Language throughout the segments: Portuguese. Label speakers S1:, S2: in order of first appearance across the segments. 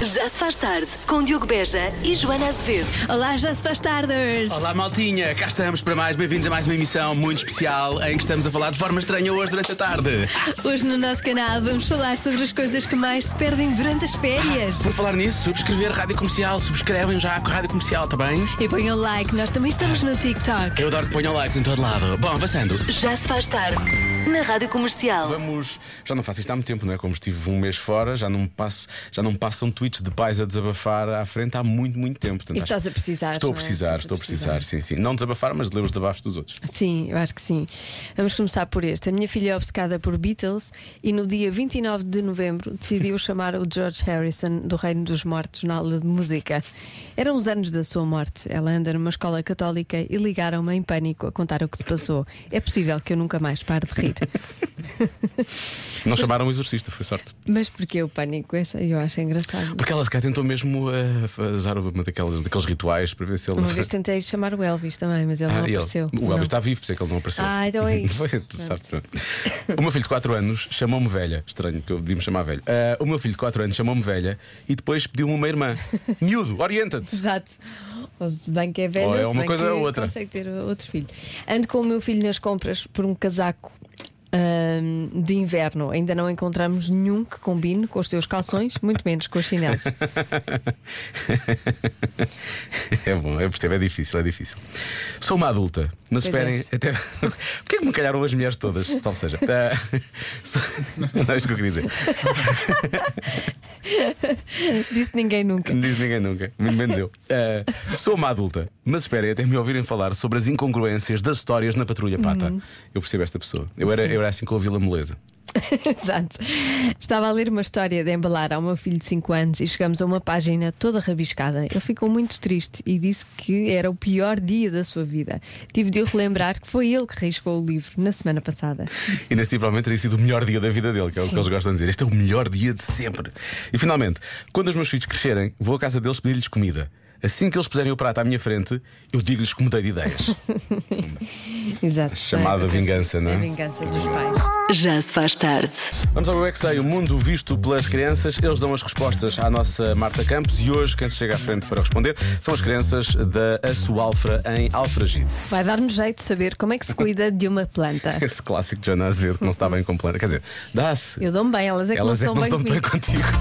S1: Já se faz tarde com Diogo Beja e Joana Azevedo.
S2: Olá, já se faz tardes!
S3: Olá, maltinha, cá estamos para mais. Bem-vindos a mais uma emissão muito especial em que estamos a falar de forma estranha hoje durante a tarde.
S2: Hoje no nosso canal vamos falar sobre as coisas que mais se perdem durante as férias.
S3: Por falar nisso, subscrever Rádio Comercial, subscrevem já com a Rádio Comercial, tá bem?
S2: E ponham like, nós também estamos no TikTok.
S3: Eu adoro que ponham likes em todo lado. Bom, avançando.
S1: Já se faz tarde na Rádio Comercial.
S3: Vamos. Já não faço isto há muito tempo, não é? Como estive um mês fora, já não, me passo, já não me passam tweets de pais a desabafar à frente há muito, muito tempo. Portanto,
S2: E
S3: acho-
S2: estás a precisar,
S3: Estou a
S2: não é?
S3: precisar,
S2: Estás a
S3: estou a precisar. sim, sim. Não desabafar, mas ler os desabafos dos outros.
S2: Sim, eu acho que sim. Vamos começar por este. A minha filha é obcecada por Beatles e no dia 29 de novembro decidiu chamar o George Harrison do Reino dos Mortos na aula de música. Eram os anos da sua morte. Ela anda numa escola católica e ligaram-me em pânico a contar o que se passou. É possível que eu nunca mais pare de rir.
S3: Não chamaram o exorcista, foi sorte.
S2: Mas porquê o pânico? Essa Eu acho engraçado.
S3: Porque ela se calhar tentou mesmo eh, usar uma daquelas, daqueles rituais para ver se ele.
S2: Uma vez tentei chamar o Elvis também, mas ele
S3: Ah,
S2: não
S3: e ele?
S2: apareceu.
S3: O
S2: Não.
S3: Elvis está vivo, por isso é que ele não apareceu.
S2: Ah, então é isso.
S3: Foi, tu sabes, pronto. o meu filho de 4 anos chamou-me velha. Estranho que eu devia me chamar velha. Ah, o meu filho de 4 anos chamou-me velha e depois pediu-me uma irmã. Miúdo, orienta-te.
S2: Exato. Ou se bem que é velho,
S3: Ou é
S2: se
S3: uma
S2: bem
S3: coisa
S2: que
S3: ou outra.
S2: Consegue ter outro filho. Ando com o meu filho nas compras por um casaco. hum, de inverno, ainda não encontramos nenhum que combine com os teus calções, muito menos com os chinelos.
S3: é bom, eu percebo, é difícil, é difícil. Sou uma adulta, mas
S2: Pois
S3: esperem até. Porquê que me calharam as mulheres todas? Salve seja. Ah, sou- Não é isto que eu queria dizer.
S2: Disse ninguém nunca.
S3: Não diz ninguém nunca, muito menos eu. Ah, sou uma adulta, mas esperem até me ouvirem falar sobre as incongruências das histórias na Patrulha Pata. Eu percebo esta pessoa. Eu era, eu era assim com a Vila Moleza.
S2: Exato. Estava a ler uma história de embalar ao meu filho de 5 anos e chegamos a uma página toda rabiscada. Ele ficou muito triste e disse que era o pior dia da sua vida. Tive de o relembrar que foi ele que riscou o livro na semana passada.
S3: E nesse dia, provavelmente teria sido o melhor dia da vida dele, que é o que
S2: Sim.
S3: eles gostam de dizer. Este é o melhor dia de sempre. E finalmente, quando os meus filhos crescerem, vou à casa deles pedir-lhes comida. Assim que eles puserem o prato à minha frente, eu digo-lhes que mudei de ideias.
S2: Exato.
S3: Chamada
S2: É,
S3: vingança, não é?
S2: A vingança dos pais.
S1: Já se faz tarde.
S3: Vamos ao Eu É Que Sei, o mundo visto pelas crianças. Eles dão as respostas à nossa Marta Campos e hoje quem se chega à frente para responder são as crianças da Assoalfra em Alfragide.
S2: Vai dar-nos jeito de saber como é que se cuida de uma planta.
S3: Esse clássico de Joana Azevedo que não está bem com planta. Quer dizer, dá-se.
S2: Eu dou-me bem, elas é que
S3: Elas é
S2: não
S3: que não
S2: estão
S3: estão
S2: bem
S3: bem
S2: comigo.
S3: contigo.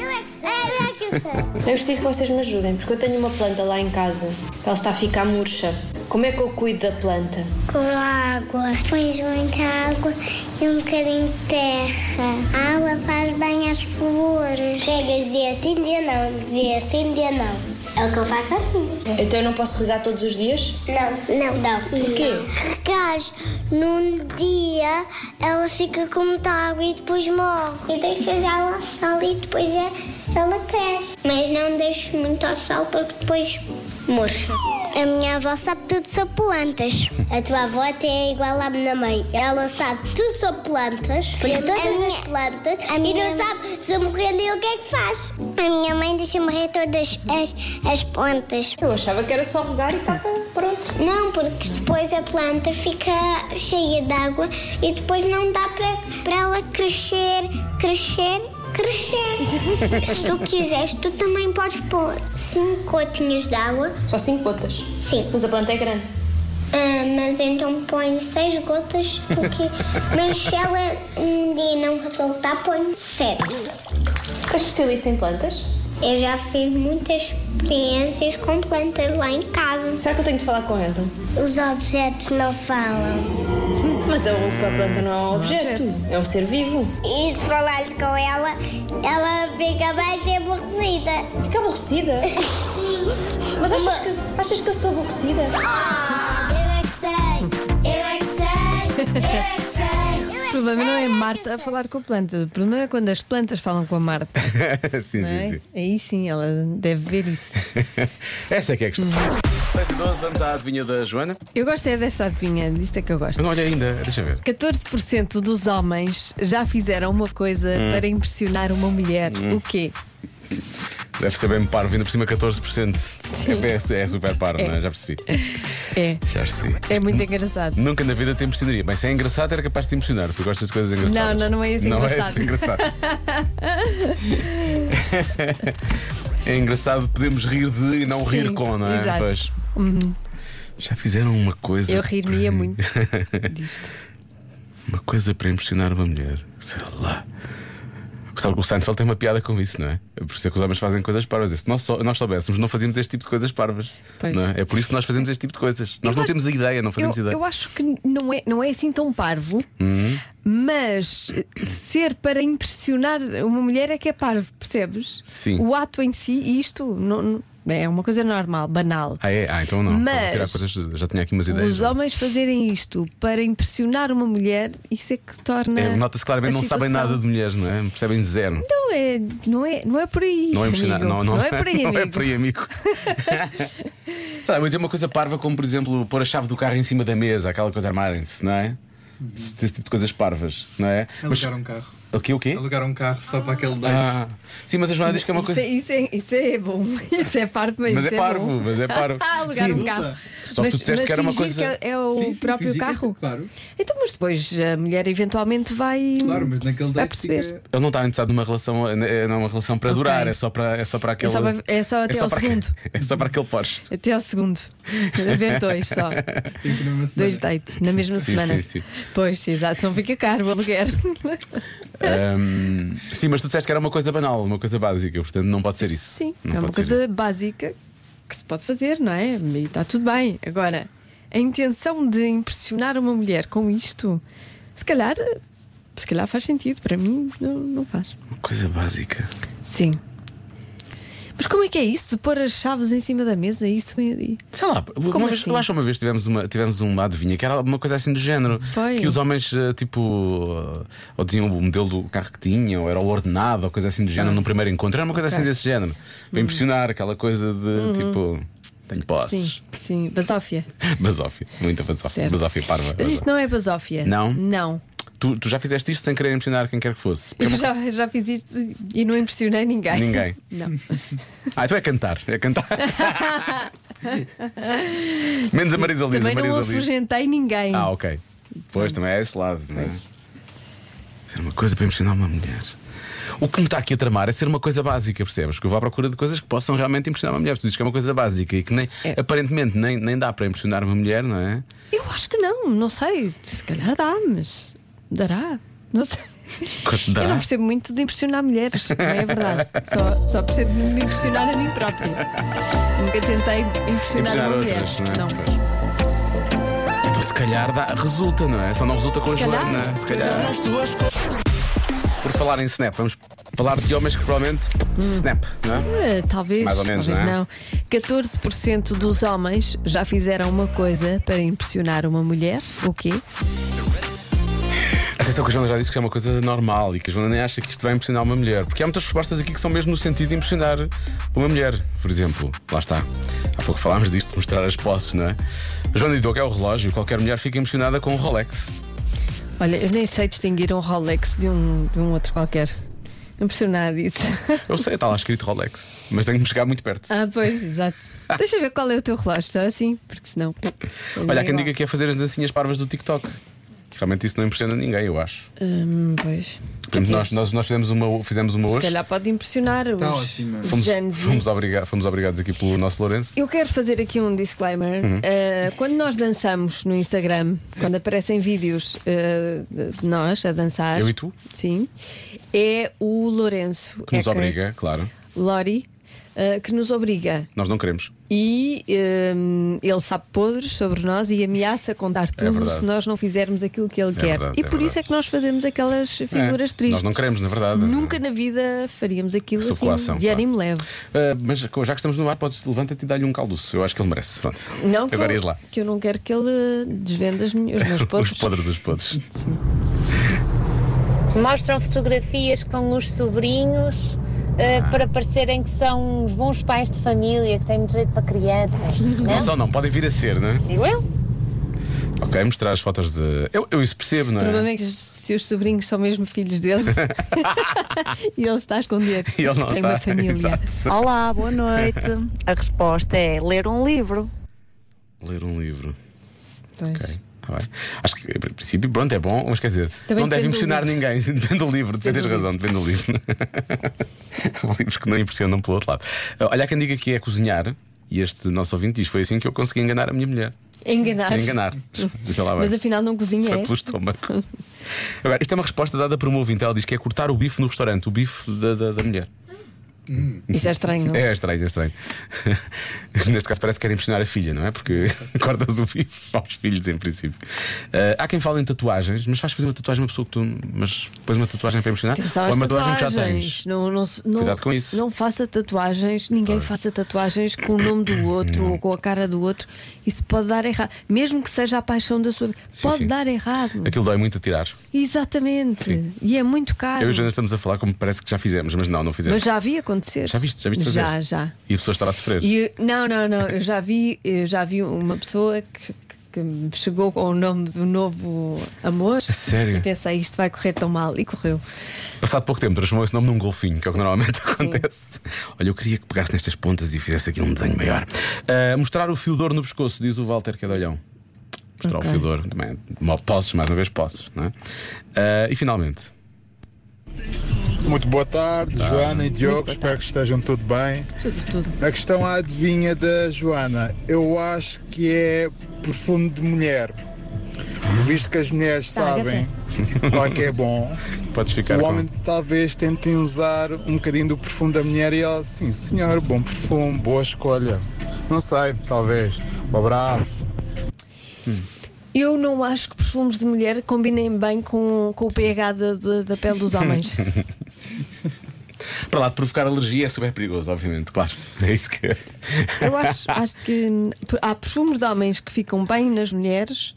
S4: Eu É preciso que vocês me ajudem, porque eu tenho uma planta lá em casa. Ela está a ficar murcha. Como é que eu cuido da planta?
S5: Com água, pões muita água e um bocadinho de terra. A água faz bem às flores. Chegas dia sim, dia não, dia sim, dia não. É o que eu faço às minhas.
S4: Então eu não posso regar todos os dias?
S5: Não, não, não.
S4: Porquê?
S5: Regas, num dia ela fica com muita água e depois morre. E deixas ela ao sol e depois é- ela cresce. Mas não deixes muito ao sol porque depois murcha. A minha avó sabe tudo sobre plantas. A tua avó até é igual à minha mãe. Ela sabe tudo sobre plantas, porque todas as plantas, e não sabe se morrer nem o que é que faz. A minha mãe deixa morrer todas as, as plantas.
S4: Eu achava que era só regar e está bom, pronto.
S5: Não, porque depois a planta fica cheia de água e depois não dá para para ela crescer, crescer, crescer. Se tu quiseres, tu também podes pôr cinco gotinhas de água.
S4: Só cinco gotas.
S5: Sim.
S4: Mas a planta é grande.
S5: Ah, mas então põe seis gotas, porque. mas se ela um dia não resultar, põe sete.
S4: Tu és especialista em plantas?
S5: Eu já fiz muitas experiências com plantas lá em casa.
S4: Será que eu tenho de falar com ela?
S5: Os objetos não falam.
S4: Hum, Mas a a planta não é um objeto, é um ser vivo.
S5: E se falares com ela, ela fica mais aborrecida.
S4: Fica aborrecida. Mas achas que, achas que eu sou aborrecida?
S6: Ah!
S5: Eu é que sei, eu é que sei, eu é que sei.
S2: O problema não é a Marta a falar com a planta. O problema é quando as plantas falam com a Marta.
S3: sim, sim,
S2: Não é?
S3: sim.
S2: Aí sim, ela deve ver isso.
S3: Essa é que é a questão. 6 e 12, vamos à adivinha da Joana.
S2: Eu gosto é desta adivinha, disto é que eu gosto.
S3: Mas não olha ainda, deixa ver.
S2: 14% dos
S3: Hum.
S2: homens já fizeram uma coisa para impressionar uma mulher. O quê?
S3: Deve ser bem parvo, ainda por cima 14%.
S2: Sim.
S3: É, bem- é super parvo,
S2: É.
S3: não é? Já percebi.
S2: É.
S3: Já percebi.
S2: É muito engraçado.
S3: Nunca na vida te impressionaria. Bem, se é engraçado, era capaz de te impressionar. Tu gostas de coisas engraçadas.
S2: Não, não, não é esse
S3: Não é
S2: engraçado.
S3: esse engraçado. é engraçado, podemos rir de e não rir
S2: Sim,
S3: com, não é?
S2: exato. Uhum.
S3: Pois. Já fizeram uma coisa.
S2: Eu rir-me-ia
S3: para-
S2: muito disto.
S3: Uma coisa para impressionar uma mulher. Sei lá. Sabe que O Seinfeld tem uma piada com isso, não é? Por isso é que os homens fazem coisas parvas. Se nós, só, nós soubéssemos, não fazíamos este tipo de coisas parvas.
S2: Pois.
S3: não é? É por isso que nós fazemos este tipo de coisas. Nós
S2: Eu
S3: não
S2: acho-
S3: temos a ideia, não fazemos
S2: eu,
S3: ideia. Uhum.
S2: eu acho que não é, não é assim tão parvo, mas eh, ser para impressionar uma mulher é que é parvo, percebes?
S3: Sim.
S2: O ato em si, e isto não- não- é uma coisa normal, banal.
S3: Ah, é? Ah, então não.
S2: Mas-
S3: Então vou tirar coisas, já tinha aqui umas ideias.
S2: Os homens fazerem isto para impressionar uma mulher, isso é que torna.
S3: É, Nota-se claramente
S2: a
S3: não sabem
S2: situação-
S3: nada de mulheres, não é? Percebem zero.
S2: Não é, não é, não é por aí.
S3: Não é impressionar.
S2: amigo.
S3: Não, não,
S2: é por aí,
S3: não é
S2: amigo.
S3: por aí, amigo. Sabe, vou dizer uma coisa parva, como por exemplo pôr a chave do carro em cima da mesa, aquela coisa armarem-se, não é?
S2: Uhum.
S3: Esse esse tipo de coisas parvas, não é?
S7: Alugar um carro.
S3: O quê? O quê?
S7: Alugar um carro só para aquele date.
S3: Ah, sim, mas a Joana diz que é uma
S2: Isso,
S3: coisa.
S2: é, isso, é, isso é bom, isso é parvo, mas,
S3: Mas
S2: isso
S3: é
S2: bom.
S3: parvo, mas é parvo.
S2: Alugar
S3: Sim.
S2: um carro.
S3: Só que tu disseste
S2: mas
S3: que era uma
S2: fingir
S3: coisa-
S2: que é o
S7: Sim, sim,
S2: próprio
S7: fingir que é
S2: carro.
S7: tu, claro.
S2: Então, mas depois a mulher eventualmente vai.
S7: Claro, mas naquele
S2: vai
S7: date
S2: perceber.
S7: fica.
S3: Ele não está interessado numa relação, é numa relação para
S2: Ok.
S3: durar, é só para, é só para aquele.
S2: só para- é só até ao
S3: para-
S2: segundo.
S3: É só para aquele Porsche.
S2: Até ao segundo. A ver dois só.
S7: Tem que ser numa semana.
S2: Dois dates na mesma
S3: Sim,
S2: semana.
S3: sim, sim.
S2: Pois, exato, não fica caro o aluguer.
S3: Ahm, sim, mas tu disseste que era uma coisa banal, uma coisa básica, portanto não pode ser isso.
S2: Sim,
S3: Não
S2: é uma
S3: pode ser
S2: coisa
S3: isso.
S2: básica que se pode fazer, não é? E está tudo bem. Agora, a intenção de impressionar uma mulher com isto, se calhar, se calhar faz sentido. Para mim, não, não faz.
S3: Uma coisa básica.
S2: Sim. Mas como é que é isso de pôr as chaves em cima da mesa? Isso é-
S3: Sei lá, uma vez,
S2: assim?
S3: eu acho que uma vez tivemos uma, tivemos uma adivinha que era uma coisa assim do género.
S2: Foi.
S3: Que os homens, eh, tipo, eh, ou tinham o modelo do carro que tinham, ou era o ordenado, ou coisa assim do género, num primeiro encontro. Era uma coisa assim
S2: Ah, Ok. Uhum.
S3: desse género. Para impressionar, aquela coisa de tipo, tenho
S2: Sim,
S3: posses.
S2: sim. Basófia.
S3: Basófia, muita basófia.
S2: Certo.
S3: Basófia parva.
S2: Mas isto não é basófia.
S3: Não?
S2: Não.
S3: Tu, tu já fizeste isto sem querer impressionar quem quer que fosse. é
S2: Eu já, já fiz isto e não impressionei ninguém.
S3: Ninguém.
S2: Não.
S3: Ah, então é cantar, é cantar. Menos a Marisa Liz, a
S2: Também não
S3: Marisa Liz.
S2: afugentei ninguém.
S3: Ah, ok. Pois também é esse lado, não é? Ser uma coisa para impressionar uma mulher. O que me está aqui a tramar é ser uma coisa básica, percebes? Que eu vou à procura de coisas que possam realmente impressionar uma mulher. Tu dizes que é uma coisa básica e que nem,
S2: É.
S3: aparentemente nem, nem dá para impressionar uma mulher, não é?
S2: Eu acho que não, não sei. Se calhar dá, mas dará. Não sei.
S3: Que dá?
S2: Eu não percebo muito de impressionar mulheres, não é verdade? Só, só percebo de me impressionar a mim própria. Nunca tentei impressionar,
S3: Impressionar
S2: uma
S3: outras,
S2: mulher.
S3: não é? Pois. Então se calhar dá, resulta, não é? Só não resulta com a
S2: Se calhar.
S3: Joana, não é? Se calhar. Por falar em snap, vamos falar de homens que provavelmente
S2: Hum.
S3: snap, não é?
S2: Eh, Talvez,
S3: Mais ou menos,
S2: talvez
S3: não é?
S2: não. 14% dos homens já fizeram uma coisa para impressionar uma mulher. O quê?
S3: Atenção que a Joana já disse que isto é uma coisa normal e que a Joana nem acha que isto vai impressionar uma mulher. Porque há muitas respostas aqui que são mesmo no sentido de impressionar uma mulher. Por exemplo, lá está. Há pouco falámos disto, de mostrar as posses, não é? A Joana Didou que é o relógio, qualquer mulher fica impressionada com um Rolex.
S2: Olha, eu nem sei distinguir um Rolex de um, de um outro qualquer. Impressionar isso.
S3: Eu sei, está lá escrito Rolex, mas tenho que me chegar muito perto.
S2: Ah, pois, exato. Deixa eu ver qual é o teu relógio, só assim, porque senão.
S3: Olha, há quem
S2: Igual.
S3: diga que é fazer as dancinhas parvas do TikTok. Realmente isso não impressiona ninguém, eu acho.
S2: Hum, pois. Quer dizer,
S3: Nós, nós, nós fizemos uma, fizemos uma
S2: se
S3: hoje.
S2: calhar pode impressionar os,
S7: ótimo.
S2: os
S3: Fomos,
S2: Gen Z.
S3: fomos, obriga- fomos obrigados aqui pelo nosso Lourenço.
S2: Eu quero fazer aqui um disclaimer.
S3: Uhum.
S2: Uh, quando nós dançamos no Instagram, quando aparecem vídeos uh, de nós a dançar.
S3: Eu e tu?
S2: Sim. É o Lourenço.
S3: Que nos
S2: Ecker
S3: obriga, claro.
S2: Lori, uh, que nos obriga.
S3: Nós não queremos.
S2: E um, ele sabe podres sobre nós e ameaça contar tudo
S3: É verdade.
S2: se nós não fizermos aquilo que ele quer.
S3: verdade,
S2: e
S3: é
S2: por isso
S3: verdade.
S2: é que nós fazemos aquelas figuras
S3: É,
S2: tristes.
S3: Nós não queremos, na verdade.
S2: Nunca na vida faríamos aquilo
S3: Sob
S2: assim
S3: coação,
S2: de
S3: claro.
S2: ânimo leve.
S3: Ah, mas já que estamos no ar, podes levanta-te e dar-lhe um caldoço. Eu acho que ele merece. Pronto.
S2: Não que,
S3: Agora
S2: eu,
S3: ias lá.
S2: que eu não quero que ele desvenda os meus, os meus
S3: Os
S2: podres.
S3: podres, os podres.
S8: Mostram fotografias com os sobrinhos eh,
S9: Ah.
S8: para parecerem que são uns bons pais de família, que têm muito jeito para crianças. né?
S3: Não
S8: Não?
S3: só não, podem vir a ser, não é?
S8: Digo eu?
S3: Ok, mostrar as fotos de. Eu, eu isso percebo, não
S2: O problema
S3: é?
S2: é que os- se os sobrinhos são mesmo filhos dele e ele está a esconder.
S3: E ele não
S2: tem
S3: está.
S2: uma família.
S3: Exato.
S10: Olá, boa noite. A resposta é ler um livro.
S3: Ler um livro.
S2: Pois.
S3: Ok. tá bem. Acho que, em princípio, pronto, é bom, mas quer dizer,
S2: Também
S3: não deve
S2: depende do
S3: impressionar
S2: livro.
S3: ninguém, depende do livro, depende,
S2: Depende
S3: tens
S2: do
S3: razão, depende do livro. Livros que não impressionam pelo outro lado. Olha, há quem diga que é cozinhar, e este nosso ouvinte diz: foi assim que eu consegui enganar a minha mulher.
S2: Enganar.
S3: Enganar. Sei lá,
S2: Mas
S3: bem.
S2: afinal não cozinha,
S3: Foi
S2: é?
S3: pelo estômago. Agora, isto é uma resposta dada por um ouvinte. Ela diz que é cortar o bife no restaurante, o bife da, da, da mulher.
S2: Isso é estranho.
S3: É estranho, é estranho. Neste caso parece que quer impressionar a filha, não é? Porque cortas o bife aos filhos, em princípio. Ah, há quem fale em tatuagens, mas faz fazer uma tatuagem a uma pessoa que tu. Mas depois uma tatuagem para impressionar.
S2: Atenção
S3: ou
S2: às
S3: é uma tatuagem que já
S2: tatuagens.
S3: tens.
S2: Não, não, se- não,
S3: Cuidado com isso. Ah.
S2: Não faça tatuagens, ninguém faça tatuagens com o nome do outro ou com a cara do outro. Isso pode dar errado. Mesmo que seja a paixão da sua vida,
S3: Sim,
S2: pode
S3: sim. Então-
S2: dar errado.
S3: Aquilo dói muito a tirar.
S2: Exatamente. E é muito caro.
S3: Eu e o Jonas estamos a falar como parece que já fizemos, mas não, não fizemos.
S2: Mas já vi acontecer.
S3: Já viste? Já viste fazer?
S2: Já, já.
S3: E a pessoa estará a sofrer.
S2: E, não, não, não. Eu já vi, eu já vi uma pessoa que, que me chegou com o nome do novo amor.
S3: A sério?
S2: E pensei, isto vai correr tão mal. E correu.
S3: Passado pouco tempo, transformou esse nome num golfinho, que é o que normalmente acontece. Olha, eu queria que pegasse nestas pontas e fizesse aqui um desenho maior. Ah, mostrar o fio de ouro no pescoço, diz o Walter que é de olhão. Mostrar
S2: Ok.
S3: o fio de ouro, também. Mal- Posses, mais uma vez, posses, não é? Ah, e finalmente,
S11: Muito boa tarde, Joana e Diogo. Espero que estejam tudo bem.
S2: Tudo, tudo.
S11: A questão à adivinha da Joana, eu acho que é perfume de mulher. Visto que as mulheres
S2: Tá,
S11: sabem qual é que é bom,
S3: podes ficar.
S11: o
S3: com-
S11: homem talvez tente usar um bocadinho do perfume da mulher e ela, sim senhor, bom perfume, boa escolha. Não sei, talvez. Um abraço.
S2: Eu não acho que perfumes de mulher combinem bem com, com o pH da, da- da pele dos homens.
S3: Para lá de provocar alergia é super perigoso, obviamente, claro. É isso que.
S2: Eu acho, acho que hum, há perfumes de homens que ficam bem nas mulheres.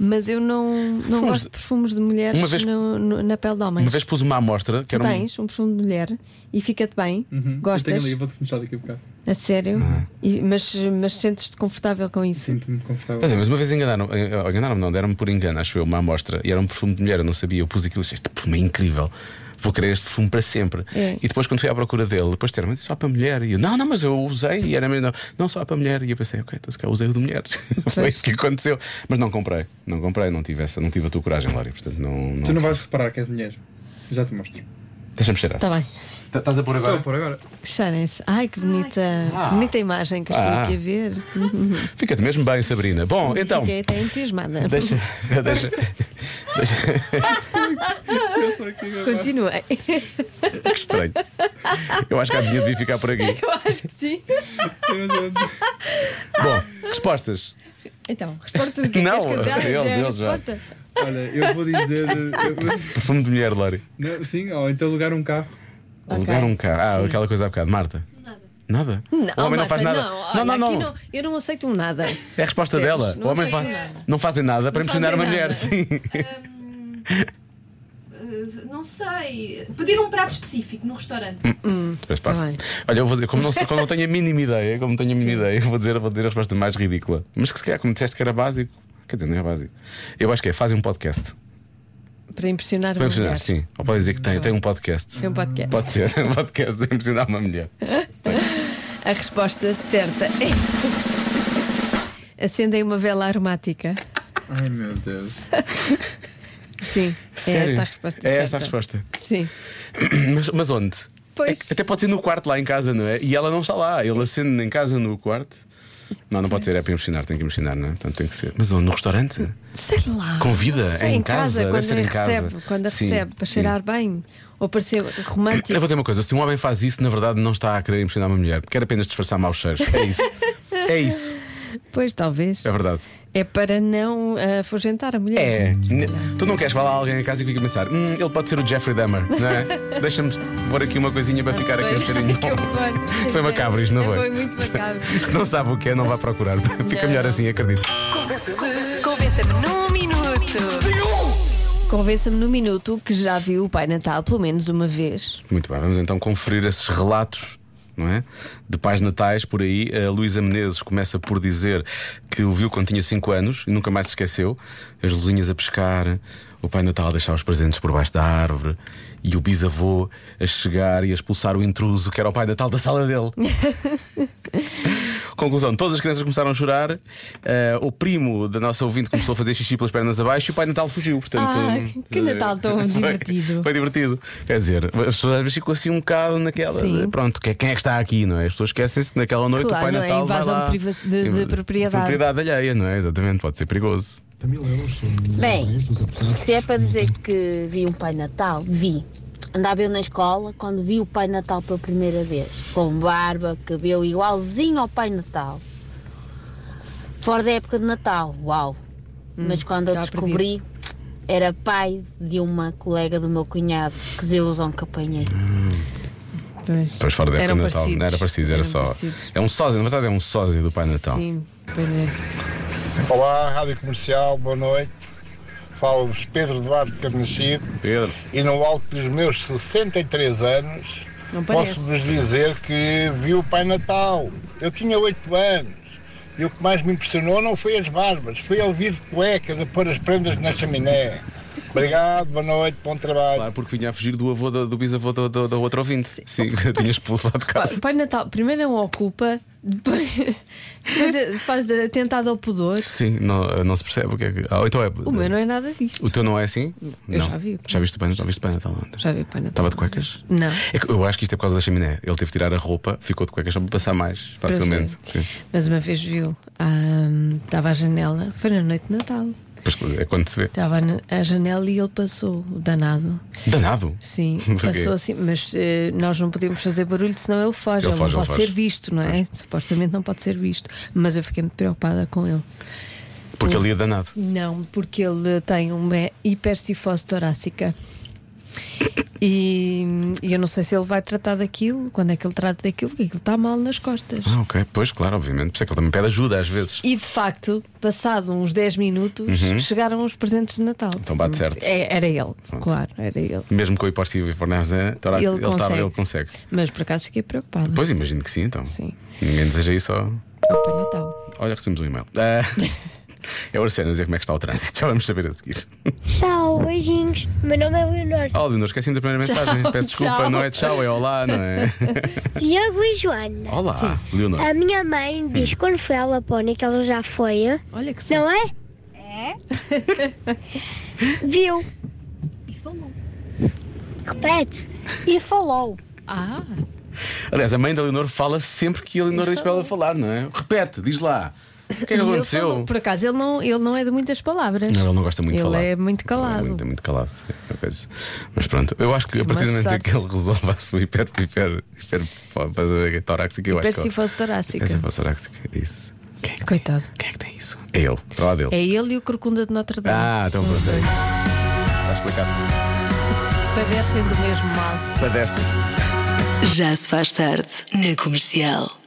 S2: Mas eu não, não
S3: Perfumes
S2: gosto de perfumes de mulheres
S3: Uma vez-
S2: no- no- na pele de homens.
S3: Uma vez pus uma amostra que
S2: Tu
S3: era um.
S2: tens um perfume de mulher e fica-te bem,
S7: Uhum. Eu
S2: gostas,
S7: tenho ali, vou-te mostrar daqui a bocado.
S2: a sério,
S3: é.
S2: E- mas, mas sentes-te confortável com isso.
S7: Sinto-me confortável.
S3: Pois é, mas uma vez enganaram, eh, enganaram-me, não, deram-me por engano, acho eu, uma amostra e era um perfume de mulher, eu não sabia, eu pus aquilo e disse, este perfume é incrível. Vou querer este perfume para sempre.
S2: É.
S3: E depois, quando fui à procura dele, depois disseram, mas isso é só para mulher. E eu, não, não, mas eu usei e era mesmo, não, não só é para mulher. E eu pensei, ok, então se calhar usei o de mulher. Foi
S2: Pois.
S3: isso que aconteceu. Mas não comprei, não comprei, não tive, essa, não tive a tua coragem, Lória. Portanto, não. não...
S7: Tu não vais reparar que és mulher. Já te mostro.
S3: Deixa-me cheirar.
S2: Está bem,
S3: Tá- Estás a pôr
S7: Estou
S3: agora?
S7: a pôr agora.
S2: cheirem-se. Ai que bonita, bonita imagem que eu estou
S3: Ah.
S2: aqui a ver.
S3: Fica-te mesmo bem, Sabrina. Bom, então.
S2: Fiquei até entusiasmada.
S3: Deixa. deixa, deixa
S7: Eu sei que agora.
S2: Continuem.
S3: que estranho. Eu acho que a minha devia ficar por aqui.
S2: Eu acho que sim.
S3: Bom, respostas.
S2: Então, resposta do que
S3: Não, é
S2: queres que eu
S3: eles,
S2: dê? Dê a
S3: eles já.
S2: resposta.
S7: Olha, eu vou dizer. eu vou-
S3: Perfume de mulher, Lori.
S7: não, sim, ou então alugar um carro.
S3: Alugar um carro. Ah,
S2: Sim.
S3: aquela coisa há bocado. Marta? Nada. Nada?
S2: Não,
S3: o homem não
S2: Marta,
S3: faz nada.
S2: Não, olha,
S3: não, não.
S2: aqui não. Eu não aceito um nada.
S3: É a resposta
S2: Percebes?
S3: dela.
S2: Não
S3: o homem
S2: fazem
S3: faz-
S2: nada.
S3: não fazem nada para
S2: Não
S3: impressionar uma
S2: fazem
S3: mulher,
S2: nada.
S3: sim.
S12: Eh, Não sei. Pedir um prato específico no restaurante.
S3: Faz parte.
S2: Tá bem.
S3: Olha, eu vou dizer, como não, sei- como não tenho a mínima ideia, como não tenho a mínima ideia, eu vou dizer, vou dizer a resposta mais ridícula. Mas que se calhar, como disseste que era básico, quer dizer, não é básico. Eu acho que é, fazem um podcast.
S2: Para impressionar
S3: Para
S2: uma
S3: impressionar,
S2: mulher.
S3: sim. Ou podem dizer que tem, tem um podcast.
S2: Tem um podcast. É
S3: Pode ser, um podcast a impressionar uma mulher.
S2: A resposta certa é. Acendem uma vela aromática.
S7: Ai meu Deus.
S2: Sim, é
S3: Sério?
S2: esta a resposta.
S3: É
S2: certa.
S3: essa a resposta.
S2: Sim.
S3: Mas, mas onde? É,
S2: Pois.
S3: Até pode ser no quarto lá em casa, não é? E ela não está lá, ele acende em casa no quarto. Não, não pode ser, é para impressionar, tem que impressionar, não é? Portanto, tem que ser. Mas onde? No restaurante?
S2: Sei lá.
S3: Convida,
S2: Não sei,
S3: é em casa, deve
S2: quando
S3: ser
S2: a
S3: em casa.
S2: recebe, quando a
S3: Sim,
S2: recebe, para
S3: sim.
S2: cheirar bem ou para ser romântico.
S3: Eu vou dizer uma coisa: se um homem faz isso, na verdade não está a querer impressionar uma mulher, quer apenas disfarçar maus cheiros. É isso. É isso.
S2: Pois, talvez.
S3: É verdade.
S2: É para não ah, afugentar a mulher.
S3: É. N- Tu não queres falar a alguém em casa e fica a pensar: hum, ele pode ser o Jeffrey Dahmer, não é? Deixa-me pôr aqui uma coisinha para ficar aqui um cheirinho
S2: Que
S3: bom.
S2: horror. é.
S3: Foi macabro isto, não foi?
S2: Foi muito macabro.
S3: Se não sabe o que é, não vá procurar. Fica
S2: Não.
S3: melhor assim, acredito.
S1: Convença-me num minuto.
S2: Convença-me no minuto que já viu o Pai Natal pelo menos uma vez.
S3: Muito bem, vamos então conferir esses relatos não é? De pais natais, por aí. A Luísa Menezes começa por dizer que o viu quando tinha 5 anos e nunca mais se esqueceu. As luzinhas a pescar, o Pai Natal a deixar os presentes por baixo da árvore e o bisavô a chegar e a expulsar o intruso que era o Pai Natal da sala dele. Conclusão: todas as crianças começaram a chorar, eh, o primo da nossa ouvinte começou a fazer xixi pelas pernas abaixo e o Pai Natal fugiu. Portanto,
S2: Ah,
S3: hum,
S2: que Natal tão
S3: foi-
S2: divertido.
S3: Foi divertido. Quer dizer, as pessoas às vezes ficam assim um bocado naquela.
S2: Sim.
S3: de, Pronto, que- quem é que está aqui, não é? As pessoas esquecem-se que naquela noite o
S2: Claro,
S3: Pai
S2: não é?
S3: Natal. vai
S2: Invasão de
S3: lá-
S2: priva- de- de propriedade.
S3: Propriedade alheia, não é? Exatamente, pode ser perigoso.
S13: Bem, se é para dizer que vi um Pai Natal, vi. Andava eu na escola quando vi o Pai Natal pela primeira vez. Com barba, cabelo igualzinho ao Pai Natal. Fora da época de Natal, uau.
S9: Hum,
S13: Mas quando eu
S9: já
S13: descobri, era pai de uma colega do meu cunhado que é um desilusão que apanhei.
S3: Depois fora da época
S13: Eram
S3: de Natal,
S13: parecidos.
S3: não era preciso, era
S13: Eram
S3: só.
S13: parecidos.
S3: É um sósia, na verdade é um sósia do Pai Natal.
S2: Sim, pois é.
S14: Olá, Rádio Comercial, boa noite. Falo-vos Pedro Eduardo Carnascido.
S3: Pedro.
S14: E no alto dos meus 63 anos,
S15: Não parece.
S14: posso-vos dizer que vi o Pai Natal. Eu tinha 8 anos. E o que mais me impressionou não foi as barbas, foi ele vir de cuecas a pôr as prendas na chaminé. Obrigado, boa noite, bom trabalho.
S3: Claro, porque vinha a fugir do avô da- do bisavô da, da, da outra ouvinte. Sim, que tinha expulsado de casa.
S2: Ah, O Pai Natal primeiro não ocupa, depois, depois é- faz atentado ao pudor.
S3: Sim, não, não se percebe o que é que. Ah, então é.
S2: O meu não é nada disto.
S3: O teu não é assim?
S2: Eu
S3: não.
S2: já vi.
S3: Já viste o Pai Natal? Já viste o Pai Natal? ontem?
S2: Já vi o Pai Natal.
S3: Estava de cuecas?
S2: Não.
S3: É que eu acho que isto é por causa da chaminé. Ele teve de tirar a roupa, ficou de cuecas só para passar mais
S2: Para
S3: facilmente. Sim.
S2: Mas uma vez viu, ah, estava à janela, foi na noite de Natal.
S3: Pois é quando se vê.
S2: Estava na- à janela e ele passou, o danado.
S3: Danado?
S2: Sim,
S3: Porquê?
S2: passou assim, mas eh, nós não podemos fazer barulho, senão ele foge.
S3: Ele
S2: Ele,
S3: foge,
S2: não
S3: ele
S2: pode
S3: foge.
S2: ser visto, não é? Supostamente não pode ser visto. Mas eu fiquei muito preocupada com ele.
S3: Porque ele ia danado.
S2: Não, porque ele tem uma hipercifose torácica. E, e eu não sei se ele vai tratar daquilo, quando é que ele trata daquilo, porque aquilo está mal nas costas.
S3: Ah, ok. Pois, claro, obviamente. Por isso é que ele também pede ajuda às vezes.
S2: E de facto, passado uns 10 minutos,
S3: Uhum.
S2: chegaram os presentes de Natal.
S3: Então bate certo.
S2: É, era ele, claro, era ele.
S3: Mesmo com a hipoxia e fornazé,
S2: Ele
S3: ele, estava,
S2: consegue.
S3: ele consegue.
S2: Mas por acaso fiquei preocupada.
S3: Pois imagino que sim, então. Ninguém deseja isso ao...
S2: Para Natal.
S3: Olha, recebemos um e-mail. Ah, é o Arsena a dizer como é que está o trânsito. Já vamos saber a seguir.
S6: Tchau, beijinhos. Meu nome é Leonor.
S3: Oh, Leonor, esqueci da primeira mensagem.
S6: Tchau,
S3: Peço desculpa,
S6: tchau.
S3: não é tchau, é olá, não é?
S6: Diogo e Joana.
S3: Olá, Sim. Leonor.
S2: É.
S6: A minha mãe diz que quando foi à Lapónia que ela já foi.
S2: Olha que
S6: Não é? É. Viu?
S9: E falou.
S6: Repete. E falou.
S2: Ah.
S3: Aliás, a mãe da Leonor fala sempre que a Leonor diz para ela falar, não é? Repete, diz lá. O que é que
S2: E ele
S3: aconteceu?
S2: falou- por acaso ele não, ele não é de muitas palavras.
S3: Não, ele não gosta muito de
S2: Ele
S3: falar.
S2: é muito calado.
S3: Muito, muito calado. é uma coisa. Mas pronto, eu acho que a
S2: Que
S3: partir do momento em
S2: maçante.
S3: que ele resolve a sua hiper, hiper, hiper, hiper torácica, eu acho que.
S2: Hipercifose torácica.
S3: Hipercifose torácica, isso.
S2: Coitado.
S3: Quem é que tem isso? É ele, para lá dele.
S2: É ele e o Corcunda de Notre Dame.
S3: Ah, então pronto. é isso. Está explicado.
S2: Padecem do mesmo mal.
S3: Padece.
S1: Já se faz tarde na comercial.